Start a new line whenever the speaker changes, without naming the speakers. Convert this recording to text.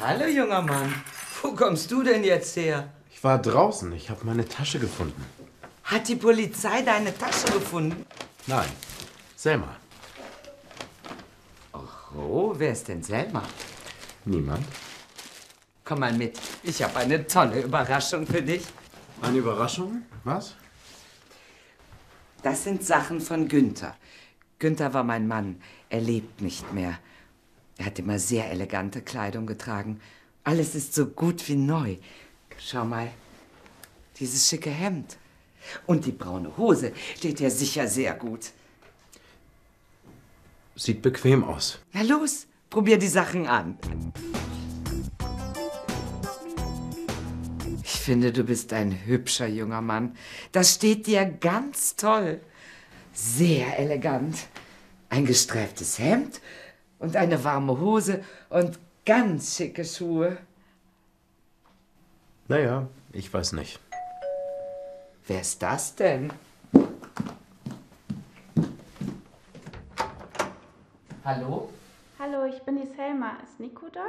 Hallo, junger Mann. Wo kommst du denn jetzt her?
Ich war draußen. Ich habe meine Tasche gefunden.
Hat die Polizei deine Tasche gefunden?
Nein. Selma.
Oho, Oh, wer ist denn Selma?
Niemand?
Komm mal mit. Ich habe eine tolle Überraschung für dich.
Eine Überraschung? Was?
Das sind Sachen von Günther. Günther war mein Mann. Er lebt nicht mehr. Er hat immer sehr elegante Kleidung getragen. Alles ist so gut wie neu. Schau mal, dieses schicke Hemd. Und die braune Hose steht dir sicher sehr gut.
Sieht bequem aus.
Na los, probier die Sachen an. Ich finde, du bist ein hübscher junger Mann. Das steht dir ganz toll. Sehr elegant. Ein gestreiftes Hemd und eine warme Hose und ganz schicke Schuhe.
Naja, ich weiß nicht.
Wer ist das denn? Hallo?
Hallo, ich bin die Selma. Ist Nico da?